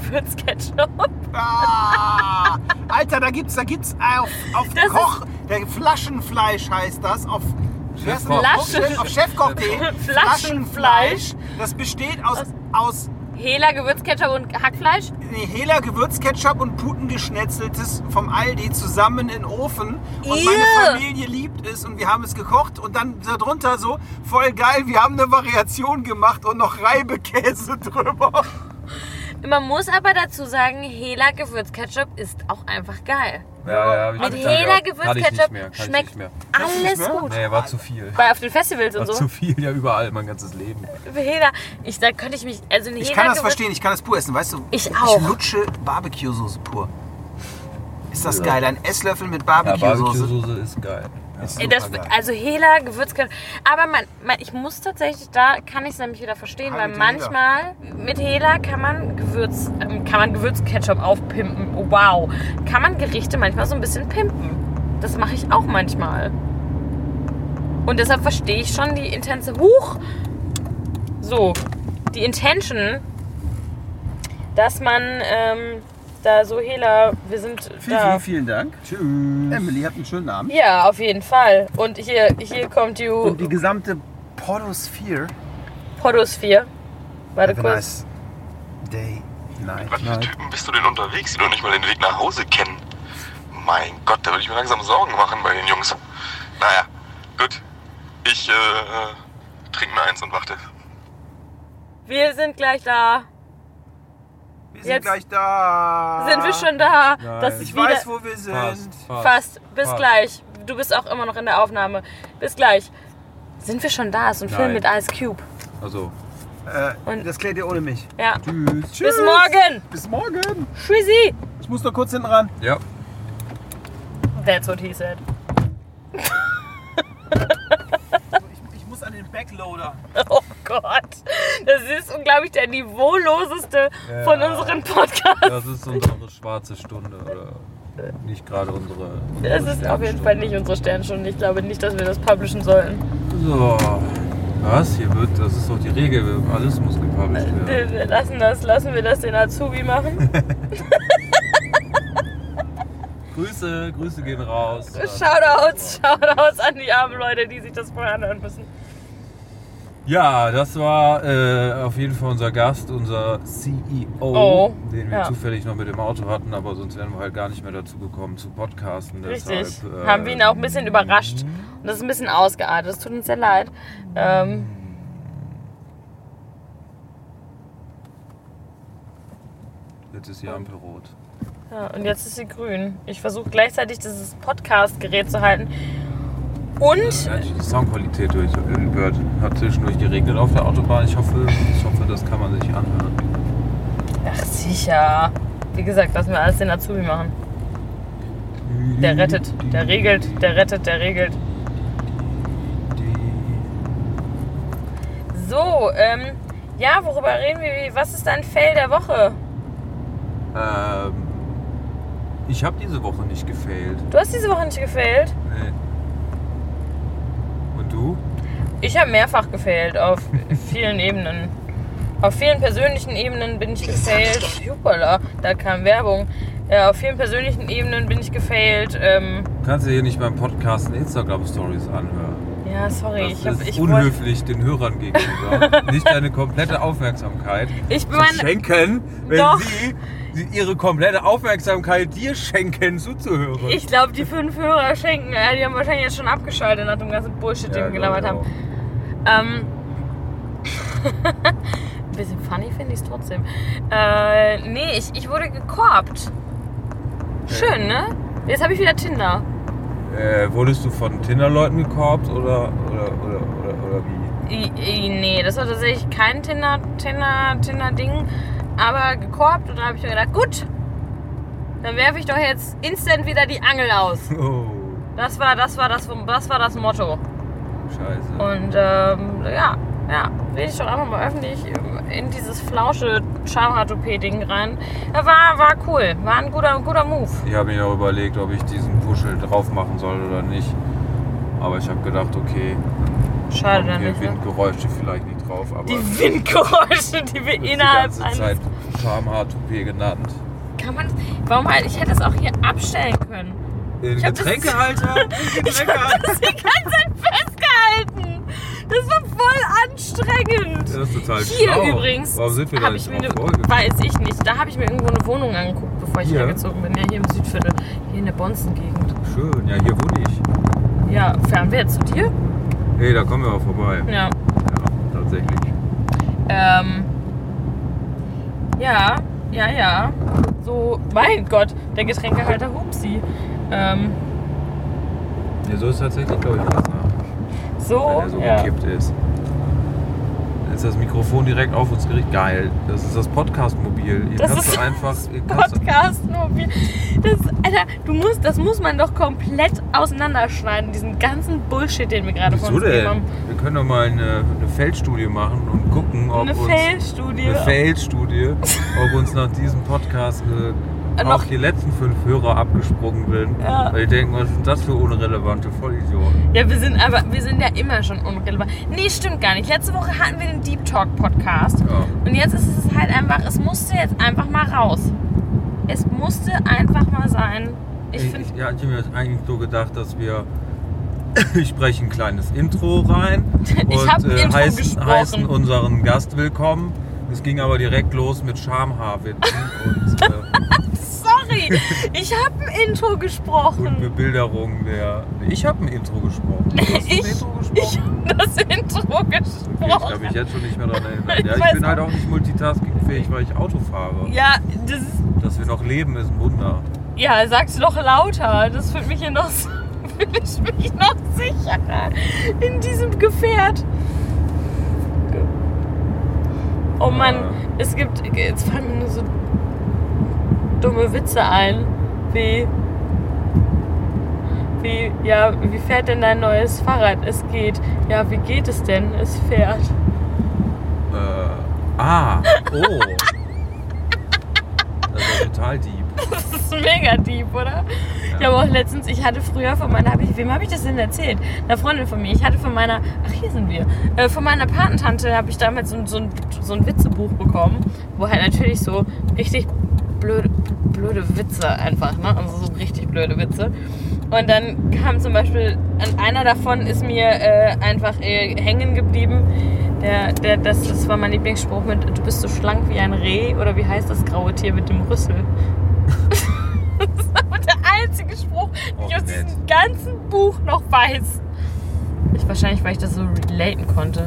C: Hela-Gewürzketchup.
D: Ah, Alter, da gibt's, da gibt's auf, auf
C: Das ist-
D: Koch, der Flaschenfleisch heißt das, auf wer ist denn
B: Chefkoch.
D: das? auf
C: Flaschen-
D: Chef- auf Chefkoch.de.
C: Flaschenfleisch.
D: Das besteht aus, aus
C: Hela, Gewürzketchup und Hackfleisch?
D: nee, Hela Gewürzketchup und Putengeschnetzeltes vom Aldi zusammen in den Ofen. Und meine
C: Ew.
D: Familie liebt es und wir haben es gekocht und dann darunter so, voll geil, wir haben eine Variation gemacht und noch Reibekäse drüber.
C: Man muss aber dazu sagen, Hela Gewürzketchup ist mit einfach geil.
B: Ja, ja, hab ich
C: Mit
B: nicht mehr
C: Hela
B: gehört. Kann ich nicht mehr,
C: Gewürzketchup
B: kann ich
C: schmeckt
B: nicht mehr.
D: nicht
C: alles
D: mehr?
C: gut.
B: Nee, war zu viel.
C: Bei auf den Festivals
B: War
C: und
B: zu
C: so.
B: viel, ja, überall, mein ganzes Leben.
C: Hela, ich da könnte ich mich also ein
D: Ich
C: Hela
D: kann das
C: Gewürz-
D: verstehen, ich kann das pur essen, weißt du?
C: Ich auch.
D: Ich lutsche Barbecue-Soße pur. Ist das
B: Ja.
D: geil, ein Esslöffel mit
B: Ja,
D: Barbecue-Soße.
B: Barbecue-Soße ist geil. Ja.
D: Ist
C: Äh, Das,
D: supergeil.
C: also Hela Gewürzketchup. Aber man, man, ich muss tatsächlich, da kann ich es nämlich wieder verstehen,
D: Ah,
C: weil
D: mit Hela.
C: manchmal mit Hela kann man Gewürz, ähm, kann man Gewürzketchup aufpimpen. Oh, Wow, kann man Gerichte manchmal so ein bisschen pimpen. Das mache ich auch manchmal. Und deshalb verstehe ich schon die Intention. Huch! So, die Intention, dass man ähm, da so Hela, wir sind
E: Vielen,
C: da.
E: vielen, vielen Dank.
B: Tschüss.
E: Emily, habt einen schönen Abend.
C: Ja, auf jeden Fall. Und hier, hier kommt die,
E: Und die gesamte Podosphere.
C: Podos 4. Warte
E: Have a
C: kurz.
E: nice day, night.
F: Was für Typen bist du denn unterwegs, die noch nicht mal den Weg nach Hause kennen? Mein Gott, da würde ich mir langsam Sorgen machen bei den Jungs. Naja, gut. Ich äh, äh, trinke mir eins und warte.
C: Wir sind gleich da.
D: Wir
C: Jetzt
D: sind gleich da.
C: Sind wir schon da?
B: Nein.
C: Das ist
D: Ich
C: wieder
D: weiß, wo wir sind.
B: Fast,
C: fast. Bis
B: Fast.
C: gleich. Du bist auch immer noch in der Aufnahme. Bis gleich. Sind wir schon da? Ist ein Film
B: Nein.
C: mit Ice Cube.
B: Also,
E: Äh, das klärt ihr ohne mich.
C: Ja.
B: tschüss.
C: Bis morgen.
E: Bis morgen.
C: Tschüssi.
E: Ich muss noch kurz hinten ran.
B: Ja.
C: That's what he said. Äh.
D: Ich, ich muss an den Backloader.
C: Oh Gott. Das ist, glaube ich, der niveauloseste von unseren Podcasts.
B: Das ist unsere schwarze Stunde oder nicht gerade unsere. unsere
C: Es ist auf jeden Fall nicht unsere Sternstunde. Ich glaube nicht, dass wir das publishen sollten.
B: So. Was? Hier wird, das ist doch die Regel, alles muss gepublished werden.
C: Wir lassen, das, lassen wir das den Azubi machen.
B: Grüße, Grüße gehen raus.
C: Shoutouts, Shoutouts an die armen Leute, die sich das vorher anhören müssen.
B: Ja, das war äh, auf jeden Fall unser Gast, unser CEO,
C: Oh,
B: den wir
C: ja.
B: zufällig noch mit dem Auto hatten, aber sonst wären wir halt gar nicht mehr dazu gekommen zu podcasten.
C: Richtig.
B: Deshalb, äh,
C: Haben wir ihn auch ein bisschen überrascht. Und das ist ein bisschen ausgeartet. Es tut uns sehr leid. Ähm,
B: Jetzt ist die Ampel rot.
C: ja, und jetzt ist sie grün. Ich versuche gleichzeitig dieses Podcast-Gerät zu halten. Und
B: Ja, die Soundqualität durch gehört. Hat zwischendurch geregnet auf der Autobahn. Ich hoffe, ich hoffe, das kann man sich anhören.
C: ach sicher. Wie gesagt, lassen wir alles den Azubi machen. Der
B: Mhm.
C: rettet, der regelt, der rettet, der regelt. So, ähm, ja, worüber reden wir? Was ist dein Fail der Woche?
B: Ähm, ich habe diese Woche nicht gefailt.
C: Du hast diese Woche nicht gefailt.
B: Nee. Und du?
C: Ich habe mehrfach gefailt auf vielen Ebenen. Auf vielen persönlichen Ebenen bin ich gefailt. Jupala, da kam Werbung. Äh, auf vielen persönlichen Ebenen bin ich gefailt. Ähm,
B: Du kannst dir hier nicht beim Podcast Instagram-Stories anhören.
C: ja, sorry.
B: Das
C: ich hab,
B: ist
C: ich wollt-
B: unhöflich den Hörern gegenüber. nicht deine komplette Aufmerksamkeit
C: Ich
B: zu
C: meine,
B: schenken, wenn
C: Doch.
B: sie sie ihre komplette Aufmerksamkeit dir schenken, zuzuhören.
C: ich glaube, die fünf Hörer schenken, äh, die haben wahrscheinlich jetzt schon abgeschaltet nach dem ganzen Bullshit, den wir
B: glaub
C: gelabert
B: ich
C: haben.
B: auch.
C: Ähm, ein bisschen funny finde ich es trotzdem. Äh, nee, ich, ich wurde gekorbt. Schön, ne? Jetzt habe ich wieder Tinder.
B: Äh, wurdest du von Tinder-Leuten gekorbt oder, oder, oder, oder, oder wie?
C: I, I, nee, das war tatsächlich kein Tinder, Tinder, Tinder-Ding, aber gekorbt und dann habe ich mir gedacht, gut, dann werfe ich doch jetzt instant wieder die Angel aus.
B: Oh,
C: Das war das, war das, das, war das Motto.
B: scheiße.
C: Und ähm, ja, ja, will ich doch einfach mal öffentlich in dieses flausche Charme-Ding rein. Ja, war, war cool, war ein guter, guter Move.
B: Ich habe mir auch überlegt, ob ich diesen Puschel drauf machen soll oder nicht. Aber ich habe gedacht, okay,
C: Schade dann
B: hier
C: nicht. Ne?
B: Windgeräusche vielleicht nicht drauf, aber
C: Die Windgeräusche, die wir
B: wird die
C: innerhalb
B: ganze
C: eines
B: Zeit Charme-H2P genannt.
C: Kann man. Warum halt? Ich hätte es auch hier abstellen können.
B: Den
C: hab das-
B: Getränkehalter, den Getränkehalter.
C: Das ist die ganze Zeit festgehalten. Das war voll anstrengend.
B: Das ist total
C: Hier
B: schlau.
C: übrigens.
B: Warum sind wir da
C: hab ich
B: nicht
C: mir
B: drauf
C: eine,
B: vorgekommen?
C: Weiß ich nicht. Da habe ich mir irgendwo eine Wohnung angeguckt, bevor ich
B: Hier?
C: hergezogen bin. Ja, hier im Südviertel. Hier in der Bonzen-Gegend.
B: Schön, ja, hier wohne ich.
C: Ja, fahren wir jetzt zu dir?
B: Hey, da kommen wir auch vorbei.
C: Ja.
B: Ja, tatsächlich.
C: Ähm. Ja, ja, ja. So, mein Gott, der Getränkehalter Hupsi. Ähm,
B: Ja, so ist tatsächlich, glaube ich, anders. Ne?
C: so,
B: wenn er so
C: Oh. ja.
B: gekippt ist. Dann ist das Mikrofon direkt auf uns gerichtet. Geil. Das ist das Podcast-Mobil. Hier
C: Das
B: kannst
C: ist
B: du einfach. Hier kannst du,
C: Podcast mobil. Das, Alter, du musst, das muss man doch komplett auseinanderschneiden, diesen ganzen Bullshit, den wir gerade von
B: wieso
C: uns
B: denn?
C: gegeben haben.
B: Wir können doch mal eine, eine Feldstudie machen und gucken, ob
C: Eine
B: uns.
C: Fehlstudie.
B: Eine Feldstudie, ob uns nach diesem Podcast äh, auch
C: noch
B: die letzten fünf Hörer abgesprungen bin.
C: Ja.
B: Weil die denken, was sind das für unrelevante Vollidioten?
C: Ja, wir sind aber wir sind ja immer schon unrelevant. Nee, stimmt gar nicht. Letzte Woche hatten wir den Deep Talk Podcast.
B: Ja.
C: Und jetzt ist es halt einfach, es musste jetzt einfach mal raus. Es musste einfach mal sein. Ich
B: Ich,
C: finde
B: ich, ja, ich habe mir das eigentlich so gedacht, dass wir. Ich spreche ein kleines Intro rein
C: Ich
B: und äh,
C: hab ein Intro
B: heißen,
C: gesprochen.
B: heißen unseren Gast willkommen. Es ging aber direkt los mit Schamhaarwitzen und, äh,
C: Sorry, ich habe ein Intro
B: und
C: gesprochen.
B: Bebilderung der. Nee, ich habe ein Intro gesprochen. Du hast
C: Ich-
B: ein Intro gesprochen?
C: Ich habe das Intro
B: Okay, ich kann mich
C: gesprochen.
B: jetzt schon nicht mehr daran erinnern.
C: Ich
B: Ja, ich
C: weiß
B: bin halt
C: auch.
B: auch nicht multitaskingfähig, weil ich Auto fahre.
C: Ja, das ist,
B: Dass wir noch leben, ist ein Wunder.
C: ja, sag's doch lauter. Das fühlt mich hier noch fühle ich mich noch sicherer in diesem Gefährt. Oh Mann, es gibt jetzt fallen mir nur so dumme Witze ein, wie wie ja, wie fährt denn dein neues Fahrrad? Es geht. Ja, wie geht es denn? Es fährt.
B: Äh, ah, oh. Das ist ja total deep.
C: Das ist mega deep, oder? Ich habe auch letztens, ich hatte früher von meiner, hab ich, wem habe ich das denn erzählt? Einer Freundin von mir. Ich hatte von meiner, ach hier sind wir, äh, von meiner Patentante habe ich damals so, ein- so, ein, so ein Witzebuch bekommen, wo halt natürlich so richtig blöde, blöde Witze einfach, ne? Also so richtig blöde Witze. Und dann kam zum Beispiel, an einer davon ist mir äh, einfach äh, hängen geblieben. Der, der, das, das war mein Lieblingsspruch mit, du bist so schlank wie ein Reh oder wie heißt das graue Tier mit dem Rüssel? Und der einzige Spruch, den ich
B: Och,
C: aus
B: nett.
C: diesem ganzen Buch noch weiß. Ich, wahrscheinlich, weil ich das so relaten konnte.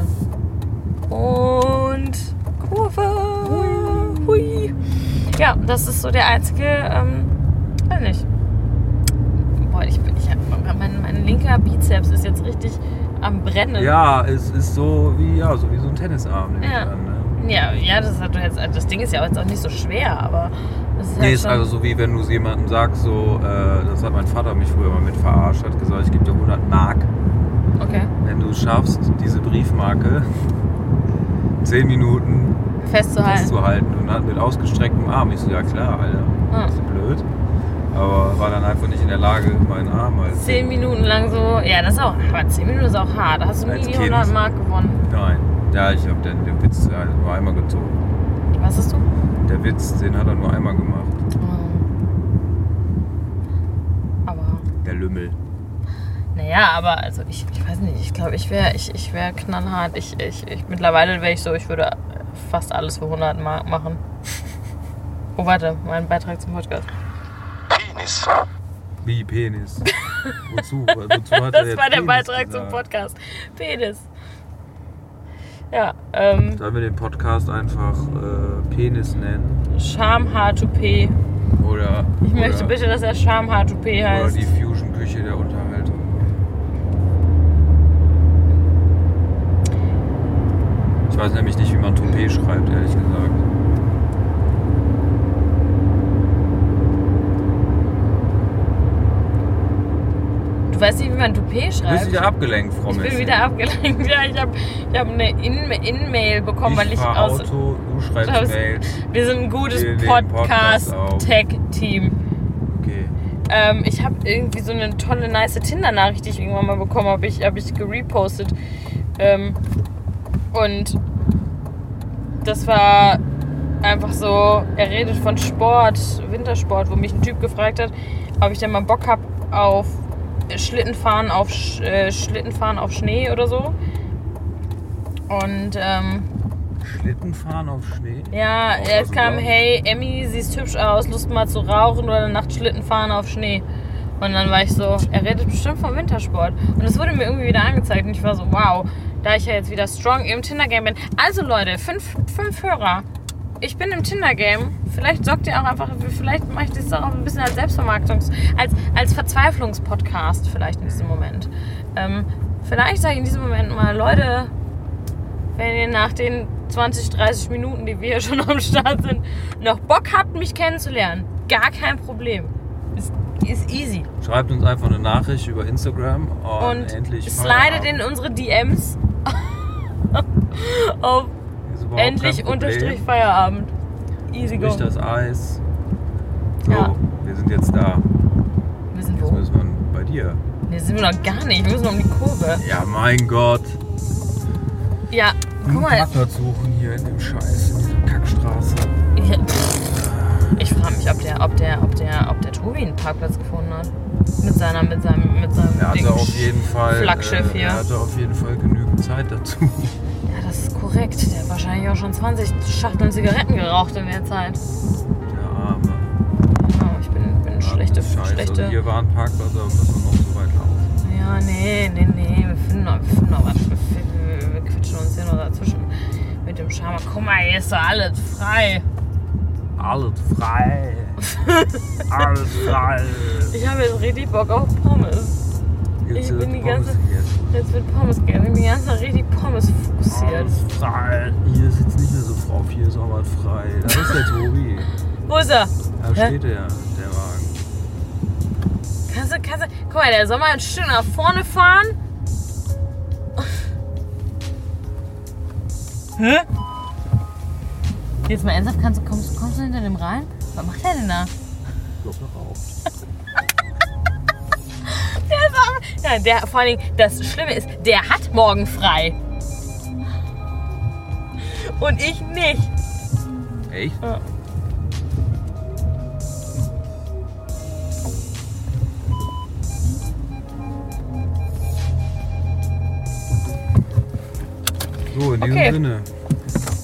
C: Und Kurve. Hui. Ja, das ist so der einzige, ähm, weiß nicht. Boah, ich, bin- ich hab, mein, mein linker Bizeps ist jetzt richtig am Brennen.
B: Ja, es ist so wie, ja, so, wie so ein Tennisarm. nehme ich
C: Ja.
B: An, ne?
C: Ja, ja, das, ist halt jetzt, das Ding ist ja jetzt auch nicht so schwer, aber es ist halt
B: Nee, ist
C: schon,
B: also so wie wenn du jemandem sagst, so, äh, das hat mein Vater mich früher mal mit verarscht, hat gesagt, ich gebe dir 100 Mark,
C: okay.
B: wenn du schaffst, diese Briefmarke 10 Minuten
C: festzuhalten.
B: festzuhalten und hat mit ausgestrecktem Arm. Ich so, ja klar, Alter,
C: Ja.
B: ist blöd. Aber war dann einfach nicht in der Lage, meinen Arm als.
C: Zehn Minuten lang so, ja, das ist auch, aber zehn Minuten ist auch hart. Da hast du nie
B: Als
C: die
B: Kind.
C: 100 Mark gewonnen.
B: Nein. Ja, ich habe den, den Witz äh, nur einmal gezogen.
C: Was hast du?
B: Der Witz, den hat er nur einmal gemacht. Mhm.
C: Aber,
B: Der Lümmel.
C: naja, aber, also ich, ich weiß nicht, ich glaube, ich wäre ich, ich wär knallhart. Ich, ich, ich, mittlerweile wäre ich so, ich würde fast alles für 100 Mark machen. Oh, warte, mein Beitrag zum Podcast.
F: Penis.
B: Wie Penis. Wozu? Wozu hat er
C: Das
B: jetzt
C: war der
B: Penis
C: Beitrag zum
B: gesagt?
C: Podcast. Penis. Ja, ähm,
B: Sollen wir den Podcast einfach äh, Penis nennen?
C: Charme H2P.
B: Oder,
C: Ich möchte
B: oder,
C: bitte, dass er Charme H2P
B: oder
C: heißt.
B: die Fusion-Küche der Unterhaltung. Ich weiß nämlich nicht, wie man
C: Hm.
B: Toupet schreibt, ehrlich gesagt.
C: Du weißt nicht, wie man Toupet
B: Du bist
C: schreibt.
B: wieder abgelenkt, Frau
C: Ich bin
B: Messing.
C: wieder abgelenkt. Ja, ich habe ich hab eine In- In-Mail bekommen, weil ich
B: ich fahr
C: aus.
B: Auto, du
C: aus-
B: schreibst Mails.
C: Wir sind ein gutes
B: Wir nehmen Podcast auf.
C: Podcast-Tag-Team.
B: Okay.
C: Ähm, ich habe irgendwie so eine tolle, nice Tinder-Nachricht, die ich irgendwann mal bekommen habe. Ich habe ich gerepostet. Ähm, und das war einfach so, er redet von Sport, Wintersport, wo mich ein Typ gefragt hat, ob ich denn mal Bock habe auf Schlittenfahren auf, Sch äh, Schlittenfahren auf Schnee oder so. Und ähm,
B: Schlittenfahren auf Schnee?
C: ja,
B: Auch aus
C: es
B: dem
C: kam,
B: Blauen.
C: hey, Emmy, siehst hübsch aus, Lust mal zu rauchen oder nachts Schlitten fahren auf Schnee. Und dann war ich so, er redet bestimmt vom Wintersport. Und es wurde mir irgendwie wieder angezeigt und ich war so, wow, da ich ja jetzt wieder strong im Tinder-Game bin. Also Leute, fünf, fünf Hörer. Ich bin im Tinder-Game. Vielleicht sorgt ihr auch einfach, vielleicht mache ich das auch ein bisschen als Selbstvermarktungs-, als, als Verzweiflungspodcast vielleicht in diesem Moment. Ähm, vielleicht sage ich in diesem Moment mal, Leute, wenn ihr nach den 20, 30 Minuten, die wir hier schon am Start sind, noch Bock habt, mich kennenzulernen, gar kein Problem. Ist, ist easy.
B: Schreibt uns einfach eine Nachricht über Instagram und,
C: Und
B: endlich
C: slidet in unsere DMs
B: Oh,
C: auf endlich unterstrich Feierabend. Easy go.
B: Nicht das Eis. So,
C: Ja.
B: wir sind jetzt da.
C: Wir sind
B: Jetzt
C: wo?
B: müssen wir bei dir.
C: Wir sind wir noch gar nicht. Wir müssen um die Kurve.
B: Ja, mein Gott.
C: Ja,
B: Hm,
C: guck mal.
B: suchen hier in dem Scheiß, in dieser Kackstraße.
C: Ja, pff. Ich frage mich, ob der, ob der, ob der, ob der Tobi einen Parkplatz gefunden hat. Mit seiner, mit seinem, mit seinem
B: Er
C: Ding.
B: hatte also auf jeden Fall.
C: Flaggschiff
B: äh,
C: hier.
B: Er hatte auf jeden Fall genügend Zeit dazu.
C: Ja, das ist korrekt. Der hat wahrscheinlich auch schon 20 Schachteln Zigaretten geraucht in der Zeit.
B: Der arme.
C: Oh, ich bin, bin schlechte,
B: arme Scheiße.
C: schlechte.
B: Hier war ein Parkplatz, aber müssen wir noch so weit laufen.
C: Ja, nee, nee, nee, wir finden noch, wir finden noch was. Wir, wir, wir quetschen uns hier noch dazwischen mit dem Schama. Guck mal, hier ist doch alles frei.
B: Alles frei. Alles frei.
C: Ich habe jetzt richtig Bock auf Pommes.
B: Jetzt äh,
C: Ich bin die
B: Pommes
C: ganze-
B: gegessen.
C: Jetzt wird Pommes gehen. Ich bin die ganze Zeit richtig Pommes fokussiert.
B: Alles frei. Hier ist jetzt nicht mehr so drauf, hier ist auch was frei. Da ist der Tobi.
C: Wo ist er?
B: Da
C: Hä?
B: steht er, der Wagen.
C: Kannst du, kannst du. Guck mal, der soll mal ein Stück nach vorne fahren. Hä? Jetzt mal ernsthaft, kannst du, kommst, kommst du hinter dem rein? Was macht der denn da?
B: Ich glaub, noch auf.
C: Der ist arm. Ja, der, vor allen Dingen, das Schlimme ist, der hat morgen frei. Und ich nicht.
B: Echt?
C: Ja.
B: So, in diesem
C: Okay.
B: Sinne,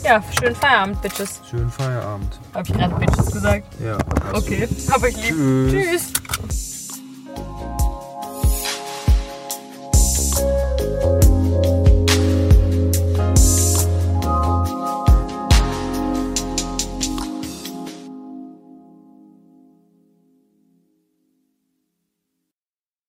C: Ja, schönen Feierabend, Bitches.
B: schönen Feierabend.
C: Hab ich gerade Bitches gesagt?
B: Ja.
C: Okay, hab ich lieb.
B: Tschüss.
C: Tschüss.